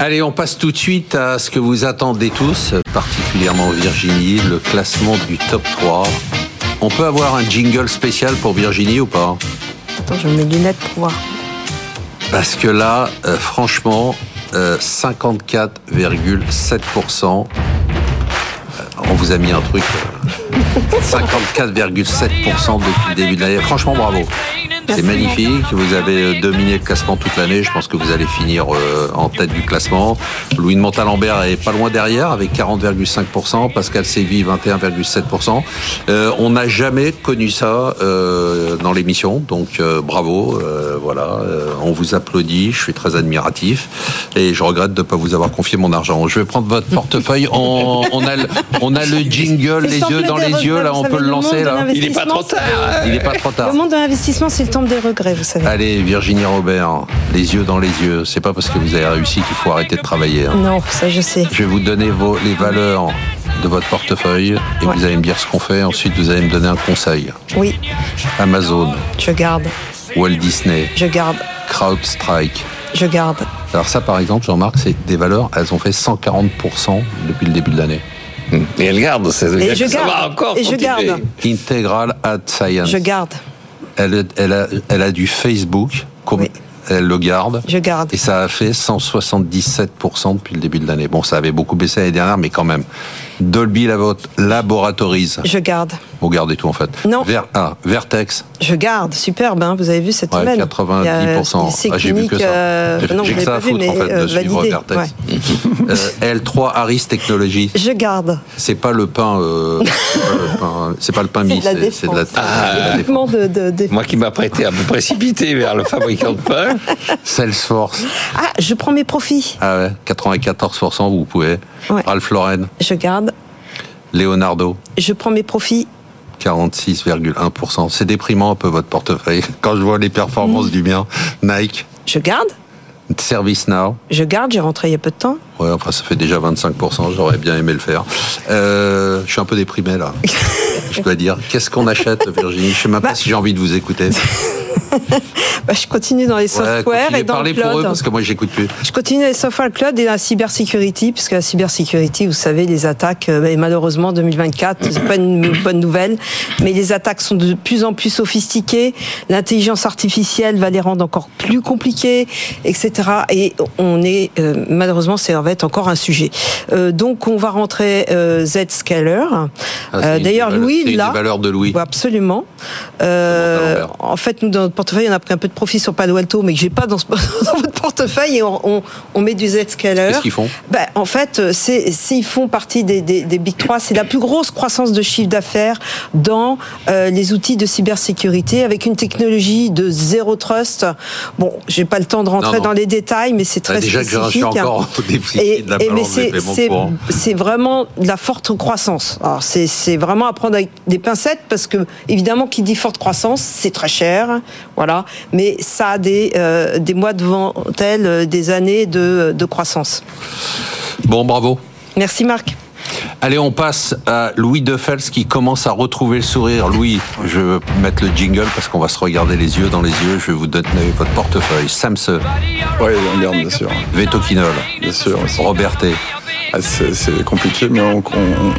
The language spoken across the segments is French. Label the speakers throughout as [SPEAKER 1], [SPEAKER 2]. [SPEAKER 1] Allez, on passe tout de suite à ce que vous attendez tous, particulièrement Virginie, le classement du top 3. On peut avoir un jingle spécial pour Virginie ou pas
[SPEAKER 2] Attends, je mets mes lunettes pour voir.
[SPEAKER 1] Parce que là, euh, franchement, euh, 54,7%. euh, On vous a mis un truc. euh, 54,7% depuis le début de l'année. Franchement, bravo. C'est magnifique. Vous avez euh, dominé le classement toute l'année. Je pense que vous allez finir euh, en tête du classement. Louis de Montalembert est pas loin derrière avec 40,5%. Pascal Séville, 21,7%. Euh, on n'a jamais connu ça euh, dans l'émission. Donc, euh, bravo. Euh, voilà. Euh, on vous applaudit. Je suis très admiratif. Et je regrette de ne pas vous avoir confié mon argent. Je vais prendre votre portefeuille. On, on a, le- on a le jingle,
[SPEAKER 2] C'est
[SPEAKER 1] les
[SPEAKER 2] temple
[SPEAKER 1] yeux dans
[SPEAKER 2] des
[SPEAKER 1] les yeux.
[SPEAKER 2] regrets,
[SPEAKER 1] Là,
[SPEAKER 2] vous
[SPEAKER 1] on
[SPEAKER 2] savez,
[SPEAKER 1] peut le
[SPEAKER 2] le
[SPEAKER 1] lancer.
[SPEAKER 2] monde
[SPEAKER 1] Là.
[SPEAKER 2] de
[SPEAKER 3] Il n'est pas trop tard.
[SPEAKER 1] Il n'est pas trop tard.
[SPEAKER 2] Le monde de l'investissement, c'est le temple des regrets, vous savez.
[SPEAKER 1] Allez, Virginie Robert, les yeux dans les yeux. C'est pas parce que vous avez réussi qu'il faut arrêter de travailler. hein.
[SPEAKER 2] Non, ça je sais.
[SPEAKER 1] Je vais vous donner vos, les valeurs de votre portefeuille et
[SPEAKER 2] Ouais.
[SPEAKER 1] vous allez me dire ce qu'on fait. Ensuite, vous allez me donner un conseil.
[SPEAKER 2] Oui,
[SPEAKER 1] Amazon,
[SPEAKER 2] je garde,
[SPEAKER 1] Walt Disney,
[SPEAKER 2] je garde,
[SPEAKER 1] CrowdStrike.
[SPEAKER 2] je garde.
[SPEAKER 1] Alors ça, par exemple, Jean-Marc, c'est des valeurs, elles ont fait 140% depuis le début de l'année.
[SPEAKER 3] Et elle garde, ça, veut
[SPEAKER 2] Et
[SPEAKER 3] dire
[SPEAKER 2] je
[SPEAKER 3] que ça va
[SPEAKER 2] garde.
[SPEAKER 3] encore
[SPEAKER 2] Et je
[SPEAKER 3] continuer.
[SPEAKER 2] garde.
[SPEAKER 1] Integral Ad Science.
[SPEAKER 2] Je garde,
[SPEAKER 1] Elle, elle a, elle a du Facebook. Com-
[SPEAKER 2] Oui.
[SPEAKER 1] Elle le garde.
[SPEAKER 2] je garde.
[SPEAKER 1] Et ça a fait 177% depuis le début de l'année. Bon, ça avait beaucoup baissé l'année dernière, mais quand même. Dolby Labo- Laboratories.
[SPEAKER 2] Je garde,
[SPEAKER 1] Vous gardez tout, en fait.
[SPEAKER 2] Non.
[SPEAKER 1] Ver- ah, Vertex.
[SPEAKER 2] je garde. Superbe, hein, vous avez vu cette
[SPEAKER 1] Ouais,
[SPEAKER 2] semaine.
[SPEAKER 1] 90%.
[SPEAKER 2] Il y a, euh, c'est
[SPEAKER 1] Ah, j'ai vu que
[SPEAKER 2] clinique,
[SPEAKER 1] ça.
[SPEAKER 2] euh,
[SPEAKER 1] J'ai-
[SPEAKER 2] non,
[SPEAKER 1] j'ai
[SPEAKER 2] vous
[SPEAKER 1] que
[SPEAKER 2] l'avez
[SPEAKER 1] ça à
[SPEAKER 2] pas vu,
[SPEAKER 1] foutre, en
[SPEAKER 2] mais,
[SPEAKER 1] fait, de
[SPEAKER 2] euh,
[SPEAKER 1] suivre
[SPEAKER 2] validé,
[SPEAKER 1] Vertex.
[SPEAKER 2] ouais.
[SPEAKER 1] Euh, L3 Harris Technologies.
[SPEAKER 2] Je garde.
[SPEAKER 1] C'est pas le pain, euh, c'est pas le pain- c'est pas le pain
[SPEAKER 2] C'est
[SPEAKER 1] mis,
[SPEAKER 2] de la
[SPEAKER 1] c'est c'est de la
[SPEAKER 2] défense. Ah.
[SPEAKER 1] c'est de la défense.
[SPEAKER 2] Équipement de, de- de-
[SPEAKER 3] Moi qui m'apprêtais à me précipiter vers le fabricant de pain,
[SPEAKER 1] Salesforce,
[SPEAKER 2] Ah, je prends mes profits.
[SPEAKER 1] ah ouais, 94%, vous pouvez.
[SPEAKER 2] Ouais.
[SPEAKER 1] Ralph Lauren,
[SPEAKER 2] Je garde,
[SPEAKER 1] Leonardo,
[SPEAKER 2] je prends mes profits.
[SPEAKER 1] 46,1%. C'est déprimant un peu votre portefeuille. Quand je vois les performances du mien, Nike,
[SPEAKER 2] Je garde,
[SPEAKER 1] ServiceNow,
[SPEAKER 2] je garde. J'ai rentré il y a peu de temps.
[SPEAKER 1] ouais, enfin ça fait déjà 25%, j'aurais bien aimé le faire. Euh, je suis un peu déprimé là. je dois dire, qu'est-ce qu'on achète Virginie Je sais même pas si j'ai envie de vous écouter.
[SPEAKER 2] Bah, je continue dans les
[SPEAKER 1] Ouais,
[SPEAKER 2] softwares
[SPEAKER 1] continuez
[SPEAKER 2] et
[SPEAKER 1] de
[SPEAKER 2] dans le
[SPEAKER 1] parler pour eux
[SPEAKER 2] cloud.
[SPEAKER 1] parce que moi j'écoute plus.
[SPEAKER 2] Je continue les software cloud et la cybersécurité, puisque la cybersécurité, vous savez, les attaques, euh, et malheureusement 2024, c'est pas une bonne nouvelle, mais les attaques sont de plus en plus sophistiquées, l'intelligence artificielle va les rendre encore plus compliquées, etc. Et on est, euh, malheureusement, c'est en fait encore un sujet. Euh, donc on va rentrer euh, Zscaler.
[SPEAKER 1] Ah, c'est
[SPEAKER 2] Euh,
[SPEAKER 1] une
[SPEAKER 2] D'ailleurs,
[SPEAKER 1] des valeurs-
[SPEAKER 2] Louis,
[SPEAKER 1] c'est une
[SPEAKER 2] là,
[SPEAKER 1] des valeurs de Louis.
[SPEAKER 2] oui, absolument. Euh,
[SPEAKER 1] Montalembert.
[SPEAKER 2] en fait, nous, dans notre portefeuille, on a pris un peu de profit sur Palo Alto, mais que j'ai pas dans, ce- dans votre portefeuille, et on, on, on met du Zscaler.
[SPEAKER 1] Qu'est-ce qu'ils font
[SPEAKER 2] Ben, en fait, euh, c'est s'ils font partie des, des, des Big 3, c'est la plus grosse croissance de chiffre d'affaires dans euh, les outils de cybersécurité avec une technologie de zéro trust. Bon, j'ai pas le temps de rentrer
[SPEAKER 1] Non, non.
[SPEAKER 2] dans les détails, mais c'est
[SPEAKER 1] Ah,
[SPEAKER 2] très
[SPEAKER 1] déjà que
[SPEAKER 2] spécifique.
[SPEAKER 1] je suis encore au déficit
[SPEAKER 2] Et-
[SPEAKER 1] de la
[SPEAKER 2] et mais
[SPEAKER 1] balance des
[SPEAKER 2] c'est-
[SPEAKER 1] paiements
[SPEAKER 2] c'est-
[SPEAKER 1] courants.
[SPEAKER 2] c'est vraiment de la forte croissance. Alors c'est c'est vraiment à prendre avec des pincettes parce que évidemment qui dit forte croissance, c'est très cher, voilà, mais ça a des euh, des mois devant elle, euh, des années de de croissance.
[SPEAKER 1] Bon, bravo.
[SPEAKER 2] Merci Marc.
[SPEAKER 1] Allez, on passe à Louis Defels qui commence à retrouver le sourire. Louis, je vais mettre le jingle parce qu'on va se regarder les yeux dans les yeux. Je vais vous donner votre portefeuille. Samse,
[SPEAKER 4] Oui, on garde, bien sûr.
[SPEAKER 1] Vetoquinol,
[SPEAKER 4] Bien sûr, bien sûr.
[SPEAKER 1] Roberté.
[SPEAKER 4] Ah, c'est c'est compliqué, mais on, on-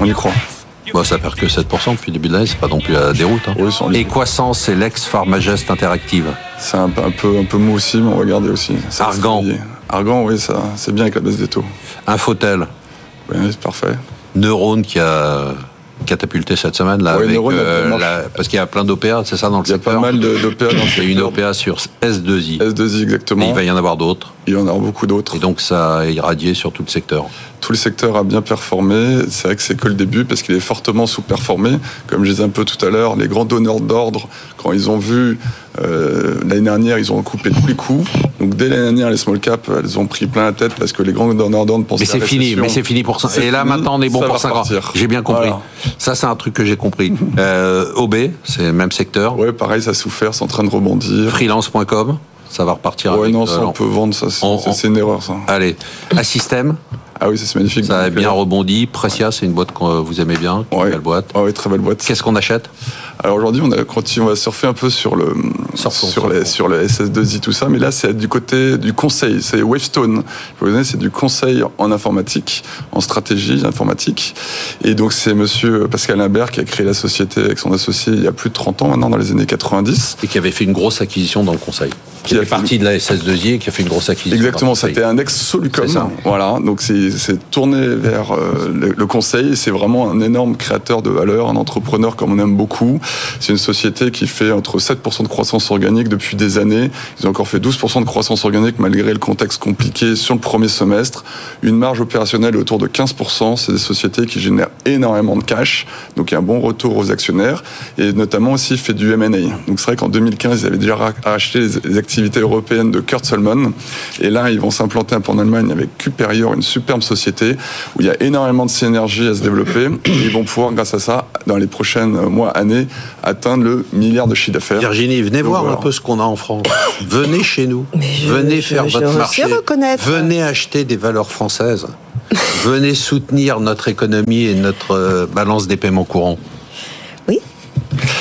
[SPEAKER 4] on y croit.
[SPEAKER 1] Bon, ça perd que 7% depuis le début de l'année, c'est pas non plus à des routes. Hein.
[SPEAKER 4] Oui, sans doute.
[SPEAKER 1] Et Croissance, c'est l'ex-Pharmagest Interactive.
[SPEAKER 4] C'est un, peu- un peu un peu mou aussi, mais on va garder aussi. Ça,
[SPEAKER 1] Argan.
[SPEAKER 4] c'est lié. Argan, oui, ça, c'est bien avec la baisse des taux.
[SPEAKER 1] Infotel,
[SPEAKER 4] Oui, c'est parfait.
[SPEAKER 1] Neurone qui a catapulté cette semaine là,
[SPEAKER 4] Oui,
[SPEAKER 1] avec,
[SPEAKER 4] Neurone a
[SPEAKER 1] euh,
[SPEAKER 4] bien marché.
[SPEAKER 1] la- parce qu'il y a plein d'OPA, c'est ça dans le
[SPEAKER 4] Il y a
[SPEAKER 1] secteur
[SPEAKER 4] pas mal de- d'OPA dans le
[SPEAKER 1] Il y a une
[SPEAKER 4] secteur. Euh,
[SPEAKER 1] OPA sur S2I.
[SPEAKER 4] S2I
[SPEAKER 1] Mais
[SPEAKER 4] exactement.
[SPEAKER 1] il va y en avoir d'autres.
[SPEAKER 4] Il y en a beaucoup d'autres.
[SPEAKER 1] Et donc ça a irradié sur tout le secteur.
[SPEAKER 4] Tout le secteur a bien performé. C'est vrai que c'est que le début parce qu'il est fortement sous-performé. Comme je disais un peu tout à l'heure, les grands donneurs d'ordre, quand ils ont vu euh, l'année dernière, ils ont coupé tous les coups. Donc dès l'année dernière, les small caps, elles ont pris plein la tête parce que les grands donneurs d'ordre pensaient
[SPEAKER 1] Mais
[SPEAKER 4] à
[SPEAKER 1] c'est
[SPEAKER 4] la
[SPEAKER 1] fini,
[SPEAKER 4] récession.
[SPEAKER 1] mais c'est fini pour ça.
[SPEAKER 4] C'est
[SPEAKER 1] Et là
[SPEAKER 4] fini,
[SPEAKER 1] maintenant on est bon
[SPEAKER 4] ça
[SPEAKER 1] pour
[SPEAKER 4] va
[SPEAKER 1] 5 ans.
[SPEAKER 4] repartir.
[SPEAKER 1] J'ai bien compris.
[SPEAKER 4] Voilà.
[SPEAKER 1] Ça c'est un truc que j'ai compris. Euh, OB, c'est le même secteur.
[SPEAKER 4] Ouais, pareil, ça a souffert, c'est en train de rebondir.
[SPEAKER 1] Freelance.com, ça va repartir.
[SPEAKER 4] Ouais,
[SPEAKER 1] avec,
[SPEAKER 4] non,
[SPEAKER 1] euh,
[SPEAKER 4] ça, on peut vendre, ça, c'est
[SPEAKER 1] On-
[SPEAKER 4] c'est-
[SPEAKER 1] on-
[SPEAKER 4] c'est une erreur, ça.
[SPEAKER 1] Allez, Assystem,
[SPEAKER 4] Ah oui, ça, c'est magnifique.
[SPEAKER 1] ça a
[SPEAKER 4] Donc,
[SPEAKER 1] bien
[SPEAKER 4] euh,
[SPEAKER 1] rebondi. Precia, c'est une boîte que euh, vous aimez bien,
[SPEAKER 4] ouais.
[SPEAKER 1] belle boîte.
[SPEAKER 4] Ah ouais, très belle boîte.
[SPEAKER 1] Qu'est-ce qu'on achète
[SPEAKER 4] Alors aujourd'hui, on, a continué- on va surfer un peu sur le
[SPEAKER 1] Surfons,
[SPEAKER 4] sur les sur le SS2I tout ça, mais là c'est du côté du conseil, c'est Wavestone. Je vous donner, c'est du conseil en informatique, en stratégie informatique. Et donc c'est Monsieur Pascal Imbert qui a créé la société avec son associé il y a plus de 30 ans maintenant, dans les années 90.
[SPEAKER 1] Et qui avait fait une grosse acquisition dans le conseil. Qui
[SPEAKER 4] Qui a
[SPEAKER 1] est
[SPEAKER 4] fait-
[SPEAKER 1] parti de la SS2I et qui a fait une grosse acquisition. dans
[SPEAKER 4] Exactement,
[SPEAKER 1] le conseil.
[SPEAKER 4] c'était un ex Solucom.
[SPEAKER 1] C'est ça.
[SPEAKER 4] Voilà, donc c'est c'est tourné vers euh, le, le conseil. C'est vraiment un énorme créateur de valeur, un entrepreneur comme on aime beaucoup. C'est une société qui fait entre 7% de croissance organique depuis des années. Ils ont encore fait 12% de croissance organique malgré le contexte compliqué sur le premier semestre. Une marge opérationnelle autour de 15%. C'est des sociétés qui génèrent énormément de cash, donc il y a un bon retour aux actionnaires et notamment aussi fait du M&A. Donc c'est vrai qu'en 2015, ils avaient déjà ra- racheté les- les activités européennes de Kurt Solman. Et là, ils vont s'implanter un peu en Allemagne avec Cuperior, une superbe société où il y a énormément de synergies à se développer. Et ils vont pouvoir, grâce à ça, dans les prochaines euh, mois, années, atteindre le milliard de chiffre d'affaires.
[SPEAKER 1] Virginie, venez
[SPEAKER 4] Donc
[SPEAKER 1] voir
[SPEAKER 4] voilà.
[SPEAKER 1] un peu ce qu'on a en France. Venez chez nous.
[SPEAKER 2] Mais je-
[SPEAKER 1] venez
[SPEAKER 2] je-
[SPEAKER 1] faire
[SPEAKER 2] je
[SPEAKER 1] votre
[SPEAKER 2] sais
[SPEAKER 1] marché.
[SPEAKER 2] reconnaître.
[SPEAKER 1] Venez acheter des valeurs françaises. venez soutenir notre économie et notre euh, balance des paiements courants.
[SPEAKER 2] Oui.